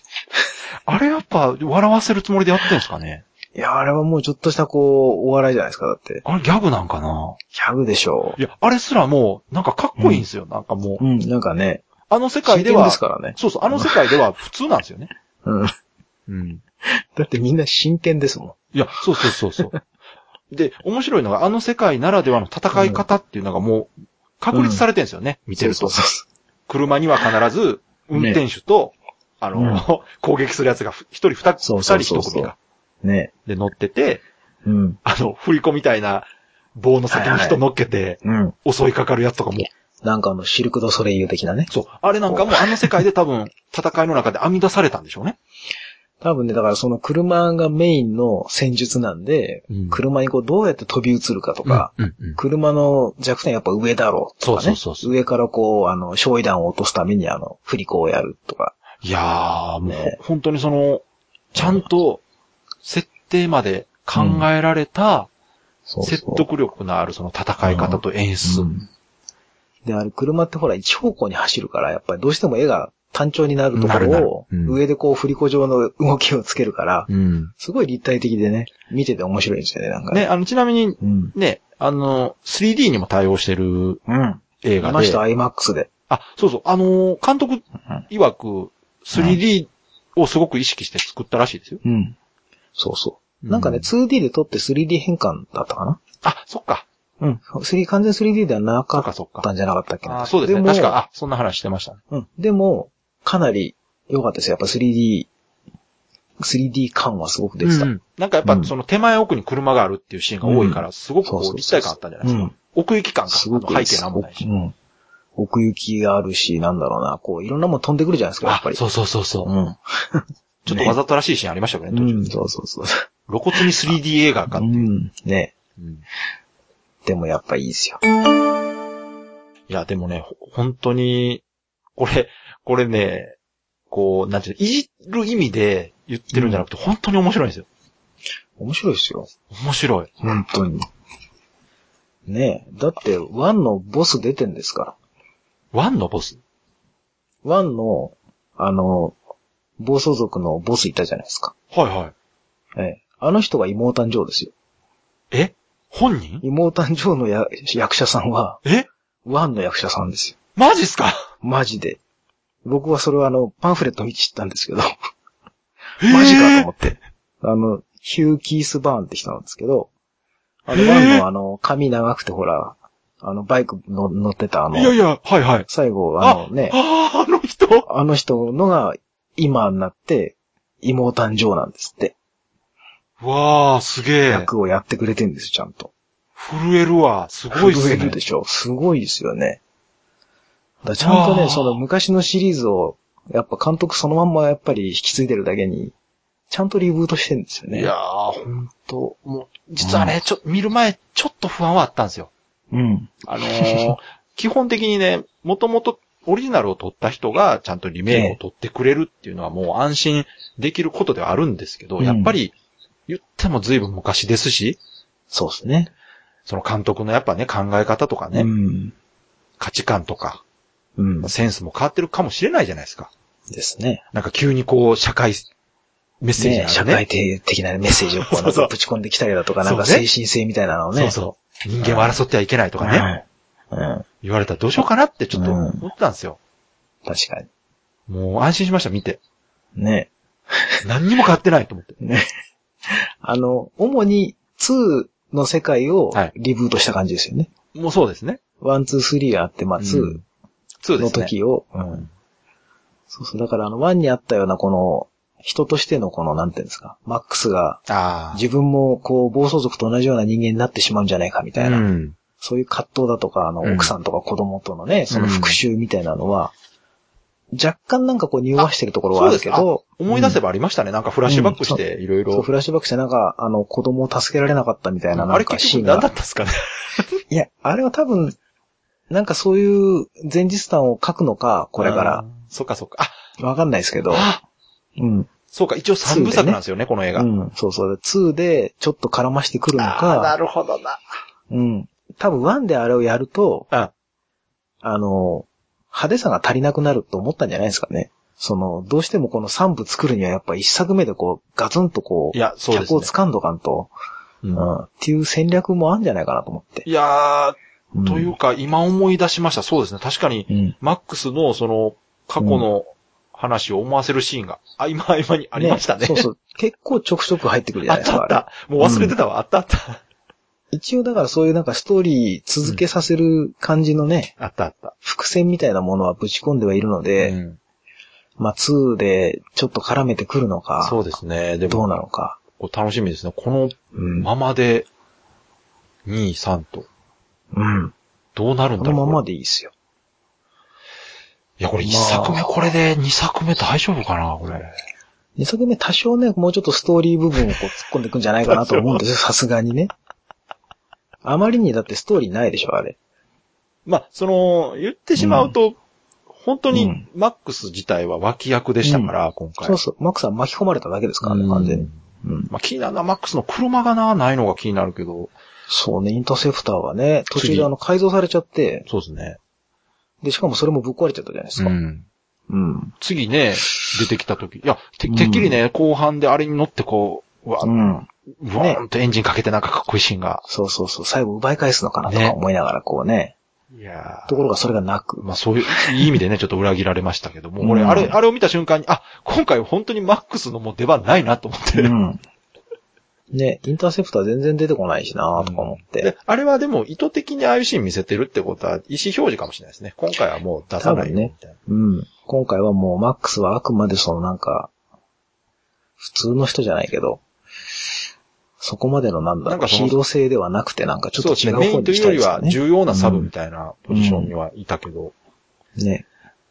あれやっぱ笑わせるつもりでやってんですかねいや、あれはもうちょっとしたこう、お笑いじゃないですか、だって。あれギャグなんかなギャグでしょいや、あれすらもう、なんかかっこいいんですよ、なんかもう。。ううん、なんかね、あの世界真で剣は、ですからね。そうそう、あの世界では普通なんですよね。うん。うん。だってみんな真剣ですもいや、そうそうそうそう。 で、面白いのが、あの世界ならではの戦い方っていうのがもう、確立されてるんですよね、見てると。そうそうそう車には必ず、運転手と、あの、う攻撃するやつがふ一人二つ、そ二うそ人うそう一組が。ね。で、乗ってて、うん。あの、振り子みたいな棒の先に人乗っけて、うん。襲いかかるやつとかも、なんかあの、シルクドソレイユ的なね。そう。あれなんかもあの世界で多分、戦いの中で編み出されたんでしょうね。多分ね、だからその車がメインの戦術なんで、うん車にこうどうやって飛び移るかとか、うんうんうん車の弱点はやっぱ上だろうとかね。そうそうそうそう上からこう、あの、焼夷弾を落とすためにあの、振り子をやるとか。いやー、もうねほ本当にその、ちゃんと、設定まで考えられた、そうそう説得力のあるその戦い方と演出。うんで、あれ、車ってほら、一方向に走るから、やっぱりどうしても絵が単調になるとこなるなるろを、うん上でこう、振り子状の動きをつけるから、うんすごい立体的でね、見てて面白いんですよね、なんかね、。あの、ちなみに、うん。ね、あの、3D にも対応してるうん。映見画ました、で。 IMAX で。あ、そうそう。あのー、監督曰く、3D をすごく意識して作ったらしいですよ。うん。そうそう。なんかね、う 2D で撮って 3D 変換だったかなあ、そっか。うん。3完全 3D ではなそかっかっそったか。んじゃなかったっけあなそうですね。も確か、あ、そんな話してましたね。うん。でも、かなり良かったですよ。やっぱ 3D、3D 感はすごく出てた。うんなんかやっぱその手前奥に車があるっていうシーンが多いから、すごくこそうそううそう立体感あったんじゃないうですか。ん。奥行き感が、すあごのく背景なんもないしう。ん。奥行きがあるし、なんだろうな、こう、いろんなもん飛んでくるじゃないですか、やっあぱ、り。そうそうそうそうう。ん。ち ょっとわざとらしいシーンありましたよね、途う中ん、そうそうそう。露骨に 3D 映画かうっていう。ん。ね。うんでもやっぱいいですよ。いや、でもね、ほ本当に、これ、これね、こう、なんていうの、いじる意味で言ってるんじゃなくて、本当に面白いんですよ。面白いですよ。面白い。本当に。ねえ。だって、ワンのボス出てんですから。ワンのボスワンの、あの、暴走族のボスいたじゃないですか。はいはい。ええ。あの人が妹誕生ですよ。え本人妹誕生のや役者さんは、えワンの役者さんですよ。マジっすかマジで。僕はそれはあの、パンフレット見て知ったんですけど、マジかと思っって。あの、ヒュー・キース・バーンって人なんですけど、あへの、ーワンのあの、髪長くてほら、あの、バイクの乗ってたあていやの、いや、はいはい。最後、あのね、ああ、あの人あの人のが今になって、妹誕生なんですって。わあ、すげえ。役をやってくれてんですよ、ちゃんと。震えるわ。すごいっ震すえるでね。しょ。すごいですよね。だからちゃんとあね、ーその昔のシリーズを、やっぱ監督そのまんまやっぱり引き継いでるだけに、ちゃんとリブートしてるんですよね。いやー、ほんと、もう、実はね、ちょ、見る前、ちょっと不安はあったんですよ。うん。あのー 基本的にね、もともとオリジナルを取った人がちゃんとリメイクを取ってくれるっていうのはもう安心できることではあるんですけど、うんやっぱり言っても随分昔ですし、そうですね。その監督のやっぱね、考え方とかね、うん。価値観とか、うん。センスも変わってるかもしれないじゃないですか。ですね。なんか急にこう、社会、メッセージねがあ社るね。会的なメッセージをこう、そなうんそかうぶち込んできたりだとか、なんかそうね精神性みたいなのをね。そうそう。人間は争ってはいけないとかね、うん。うん。言われたらどうしようかなってちょっとうん思ってたんですよ。確かもう安心しました、見て。に。ね。何にも変わってないと思って。ね。あの、主に2の世界をはいリブートした感じですよね。もうそうですね。ワン、ツー、スリーあって、まあ、ツうーんそうでのすね。時を、んうんそうそう、だからあの、ワンにあったようなこの、人としてのこの、なんていうんですか、マックスが、ああ。自分もこう、暴走族と同じような人間になってしまうんじゃないかみたいな、うん。そういう葛藤だとか、あの、うん奥さんとか子供とのね、その復讐みたいなのは、若干なんかこう、匂わしてるところはあるけあそうど、思い出せば、ばありましたね。なんかフラッシュバックして、いろいそうろフ。ラッシュバックしてなんか、あの、子供を助けられなかったみたいな、あなれんか結シーン局何だがっ。たんですかね。いや、あれは多分、なんかそういう前日談を書くのか、これかあーら、。そっかそっか。わかんないですけど、あ、あうん。そうか。一応三部作なんですよね、この映画。うん、そうそう。2でちょっと絡ましてくるのあーなか、るほどな。うん。多分1であれをやると、ああの、派手さが足りなくなると思ったんじゃないですかね。その、どうしてもこの3部作るにはやっぱ1作目でこう、ガツンとこう、いや、そうです脚をね。掴んどかんと、ううんん、っていう戦略もあんじゃないかなと思って。いやんー、というか、今思い出しました。そうですね。確かに、うん。マックスの、その、過去の話を思わせるシーンが、あ、今、今にありましたね。そうそう。結構ちょくちょく入ってくるじ あゃなっいですたか。あった。もう忘れてたわ。あったあった。一応だからそういうなんかストーリー続けさせる感じのね、あったあった。伏線みたいなものはぶち込んではいるので、うん、まあ2でちょっと絡めてくるのか、そうですね。でどうも、なのか。こう楽しみですね。このうん。ままで、2、3と、うん。どうなるんこだのろう。ままこれでいいですよ。いや、これ1作目これで、2作目大丈夫かな、これ。 2作目多少ね、もうちょっとストーリー部分をこう突っ込んでいくんじゃないかなと思うん ですよ、さすがにね。あまりにだってストーリーないでしょ、あれ。まあ、その、言ってしまうと、本当にマックス自体は脇役でしたから、今回。そうそう。マックさん巻き込まれただけですからね、完全に。うん。まあ、気になるのはマックスの車がな、ないのが気になるけど。そうね、インターセプターはね、途中次であの改造されちゃって、そうですね。で、しかもそれもぶっ壊れちゃったじゃないですか。ん。うん。次ね、出てきた時。いや、て、てっきりね、後半であれに乗ってこう、うわ、うん。うわーんとエンジンかけてなんかかっこいいシーンが。そうそうそう。最後奪い返すのかなとか思いながらこうね。いやところがそれがなく。まあそういう、いい意味でね、ちょっと裏切られましたけども、俺、うんあれ、あれを見た瞬間に、あ、今回本当にマックスのもう出番ないなと思って。うん。ね、インターセプター全然出てこないしなとか思って。で、あれはでも意図的にああいうシーン見せてるってことは意思表示かもしれないですね。今回はもう出さないよみたいな。うん。今回はもうマックスはあくまでそのなんか、普通の人じゃないけど、そこまでのなんだなんろう、かそヒのーロー性ではなくてなんかちょっとそうです違ね。うメイ方ンとにいしうよたいりですよはね。重要なサブみたいなポジションにはいたけど、ね。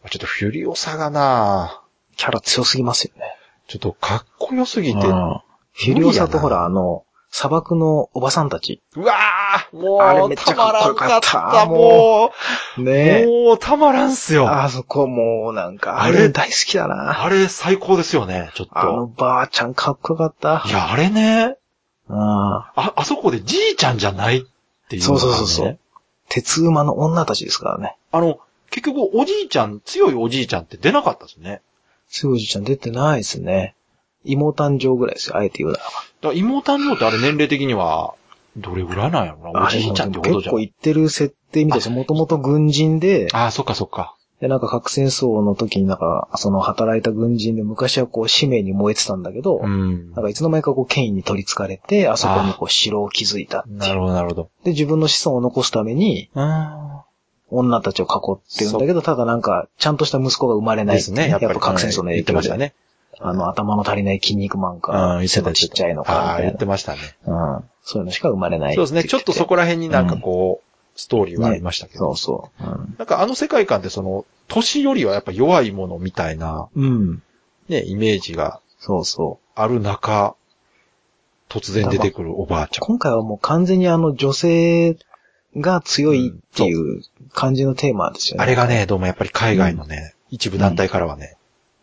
ちょっとフュリオさがなキャラ強すぎますよね。ちょっとかっこよすぎうて、ん。うフィリオサとほらあの、砂漠のおばさんたち。わーもあれうめっちたゃかまっこらよんかかっったた。もう、ねえ。もうたまらんっすよ。ああそこもうなんか、ああれれ大好きだな。れ最高ですよね、ちょっあのと。ばあちゃんかっこよかったい。や、あれね、うん。あ、あそこでじいちゃんじゃないっていう、そうそうそうそう。。鉄馬の女たちですからね。あの、結局おじいちゃん、強いおじいちゃんって出なかったですね。つよじちゃん出てないですね。妹誕生ぐらいですよ、あえて言うならだから妹誕生ってあれ年齢的には、どれぐらいなんやろなば。おじいちゃんってあこれでもと結じゃ構ん。言ってる設定みたいですよ。もともと軍人で、ああ、そっかそっか。で、なんか核戦争の時になんか、その働いた軍人で昔はこう使命に燃えてたんだけど、んなんかいつの間にかこう権威に取り憑かれて、あそこにこう城を築いたっていう。なるほど、なるほど。で、自分の子孫を残すために、あ女たちを囲ってるんだけど、ただなんか、ちゃんとした息子が生まれないでってすいうね。やっぱり核戦争の影言って響ましたで。ね。あの、頭の足りない筋肉マンうん、か言、って背たのちっちゃいのかあみあ、た言いってましたね。な。うん。そういうのしか生まれないそうですね。ちょっとそこら辺になんかこう、ストーリーはありましたけそどう。そう。うん。なんかあの世界観ってその、年よりはやっぱ弱いものみたいな、うん。ね、イメージがそうそう。ある中、突然出てくるおばあちゃん。今回はもう完全にあの女性が強いっていう感じのテーマですよね。あれがね、どうもやっぱり海外のね、一部団体からはね、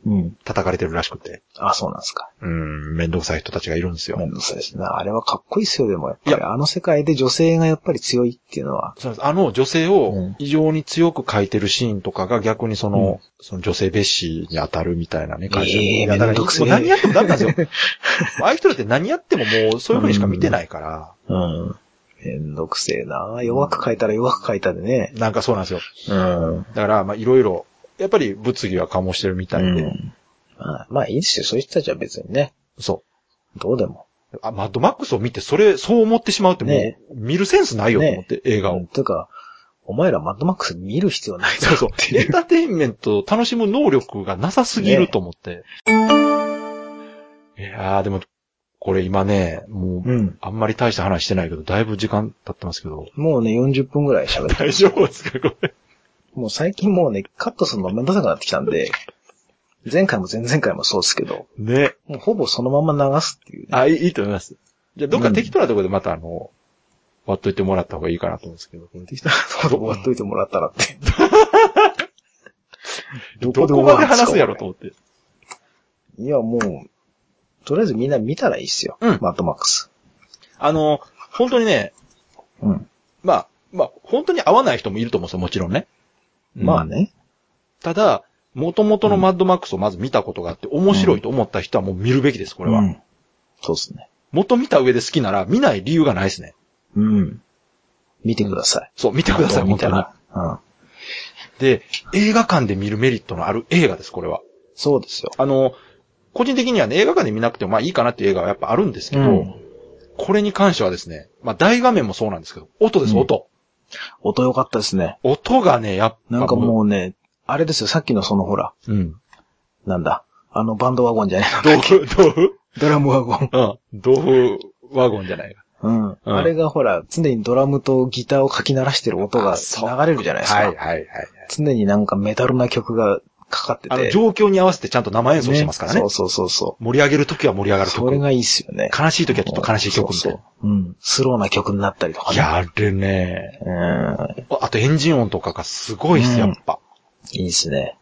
うん。叩かれてるらしくて。あ、そうなんですか。うん、めんどくさい人たちがいるんですめよん。どくさいですね。あれはかっこいいですよ、でもやっぱり。いあの世界で女性がやっぱり強いっていうのは。そうですあの女性うんを異常に強く描いてるシーンとかが逆にその、その女性蔑視に当たるみたいなね、感じ。ええいやだめかんらどもくせえう何やってもダメ なんですよ。ああいう人だって何やってももうそういう風にしか見てないから、うん。めんどくせえな弱く書いたら弱く書いたでね。なんかそうなんですよ。うん。だから、まあいろいろ、やっぱり物議は醸してるみたいで、まあ、まあいいですよ。そういう人たちは別にね。そどうでも。う。あ、マッドマックスを見て、それ、そう思ってしまうってもねう、見るセンスないよと思って、映画うをん。てか、お前らマッドマックス見る必要ないだそうそろううって。いエう。ンターテインメントを楽しむ能力がなさすぎると思って。いやー、でも、これ今ね、もう、うん。あんまり大した話してないけど、だいぶ時間経ってますけど。もうね、40分ぐらい喋って。大丈夫ですかこれ。もう最近もうね、カットするのめんどくさくなってきたんで、前回も前々回もそうですけど、ね。もうほぼそのまま流すっていうね、あ、いいいいと思います。じゃあ、どっか適当なところでまたあの、割っといてもらった方がいいかなと思うんですけど。適当なとこで終わっといてもらったらって。ど どこまで話すやろと思って。いや、もう、とりあえずみんな見たらいいっすよ。うんマッドマックス。あの、本当にね、うん。まあ、まあ、本当に合わない人もいると思うんですよ、もちろんね。まあ。ね。ただ、元々のマッドマックスをまず見たことがあって、面白いと思った人はもう見るべきです、ここれは。そうですね。元見た上で好きなら、見ない理由がないですね。うん。見てください。そう、見てください、本本当当にうに。ん。で、映画館で見るメリットのある映画です、これは。そうですよ。あの、個人的にはね、映画館で見なくてもまあいいかなっていう映画はやっぱあるんですけど、うんこれに関してはですね、まあ大画面もそうなんですけど、音です、うん音。音良かったですね。音がね、やっぱなんかもうね、あれですよ、さっきのそのほら、う、うん。なんだ。あの、バンドワゴンじゃね え豆腐、豆腐な。ドラムワゴン。うん。豆腐ワゴンじゃないか。うん。あれがほら、常にドラムとギターをかき鳴らしてる音があそう流れるじゃないですか。はいはいはい。常になんかメタルな曲がかかってあの、て。状況に合わせてちゃんと生演奏してますからね。そうそうそうそ盛り上げるときは盛り上がう。るそれ曲。がいいっすよね。悲しいときはちょっと悲しい曲みたそいうそう。うん。スローな曲になったりとかな。ね。やるね。うああとエンジン音とかがすごいっす、やっぱ。ん。いいっすね。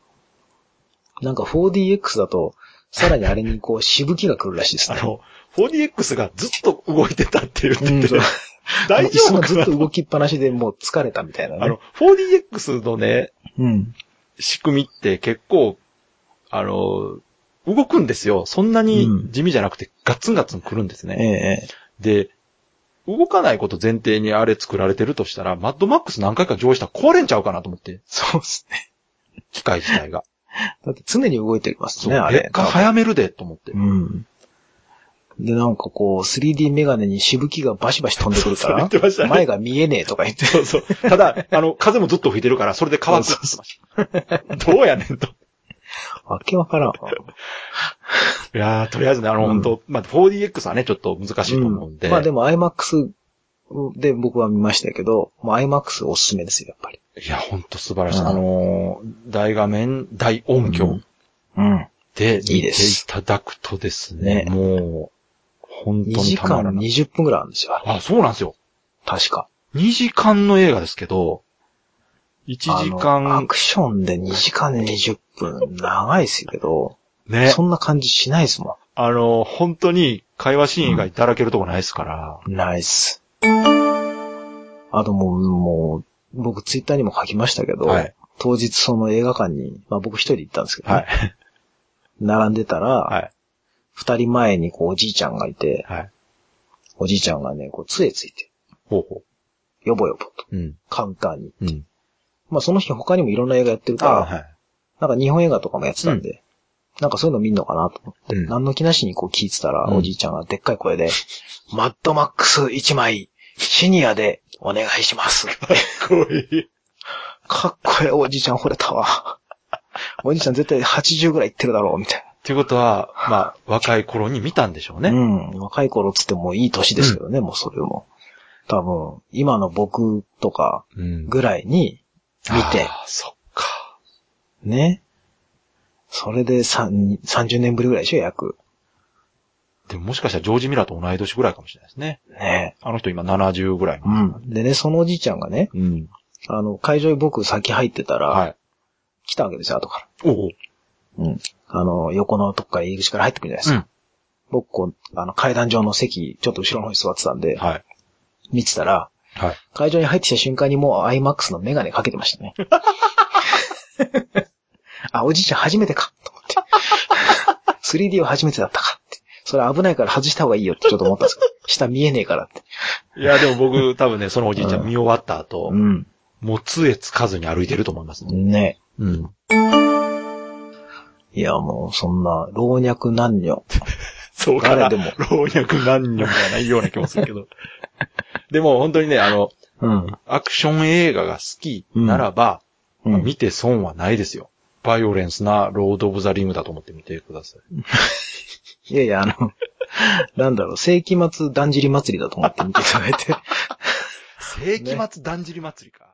なんか 4DX だと、さらにあれにこう、しぶきが来るらしいですあね。の、4DX がずっと動いてたって言っうんてそてう、 大丈夫あの椅子がずかっとな動きっぱなしでもう疲れたみたいなあねの。、4DX のね、うん。仕組みって結構、あの、動くんですよ。そんなに地味じゃなくて、ガッツンガッツン来るんですえね。え。で、動かないこと前提にあれ作られてるとしたら、マッドマックス何回か上映したら壊れんちゃうかなと思って、そうっすね。機械自体が。だって常に動いてますそう、ね、あれ劣。化早めるで、と思ってう。ん。で、なんかこう、3D メガネにしぶきがバシバシ飛んでくるか そう言らってました、ね前が見えねえとか言 って。そうそう。ただ、あの、風もずっと吹いてるから、それで乾くって言ってました。どうやねんと。わけわからん。いやー、とりあえずね、あの、うん本当まあ、4DX はね、ちょっと難しいと思うんで。うんまあでも IMAX で僕は見ましたけど、もう IMAX おすすめですよ、やっぱり。いや、ほんと素晴らしい。うんあのー大画面、大音響。うんうん。で、いいで見ていすただくとですね、ねもう、2本当に時たま間らない。 20分ぐらいあるんですよ、あれあ、そうなんですよ。確か。 2時間の映画ですけど、1時あのア間、クションで2時間で20分、長いですけど、ね、そんな感じしないですもあの、本当に会話シーン以外だらけるとこないですから、ん。ナイス。あともう、もう、僕ツイッターにも書きましたけど、はい当日その映画館に、まあ僕一人で行ったんですけどね、はい、並んでたら、はい、二、人前にこうおじいちゃんがいて、はい。おじいちゃんがね、こう杖ついて、ほうほよぼよぼとう。うん、カウンターに。うん。まあその日他にもいろんな映画やってるあから、はい。なんか日本映画とかもやってたんで、なんかそういうの見んのかなと思って、うん何の気なしにこう聞いてたら、うんおじいちゃんがでっかい声で、マッドマックス1枚、シニアでお願いします。かっこいい。かっこいいおじいちゃん惚れたわ。おじいちゃん絶対80ぐらいいってるだろう、みたいっていうことは、まあ、若い頃に見たんでしょうな。ね。うん。若い頃っつってもいい年ですけどね、もうそれも。多分、今の僕とかうんぐらいに見て、あーそっか。ね。それでさん30年ぶりぐらいでしょ、約。でももしかしたらジョージ・ミラーと同い年ぐらいかもしれないですね。ね。あの人今70ぐらい。うん。でね、そのおじいちゃんがね、うん。あの、会場に僕先入ってたら、はい。来たわけですよ、後かおうおう。ら。うん。あの、横のとこから入り口から入ってくるじゃないですか。うん僕、こう、あの、階段上の席、ちょっと後ろの方に座ってたんで、はい。見てたら、はい。会場に入ってきた瞬間にもう IMAX のメガネかけてま したね。あ、おじいちゃん初めてか、と思って。3D は初めてだったかって。それ危ないから外した方がいいよってちょっと思った んですけど、下見えねえからって。いや、でも僕、多分ね、そのおじいちゃうんん見終わった後、うん。もう杖つかずに歩いてると思いますね。ね。うん。いや、もう、そんな、老若男女。そうかな。誰でも老若男女じゃないような気もするけど。 でも本当にね、あの、うん。アクション映画が好きならば、うん見て損はないですよ。バイオレンスなロード・オブ・ザ・リングだと思って見てください。いやいや、あの、なんだろう、世紀末だんじり祭りだと思って見ていただいて。世紀末だんじり祭りか。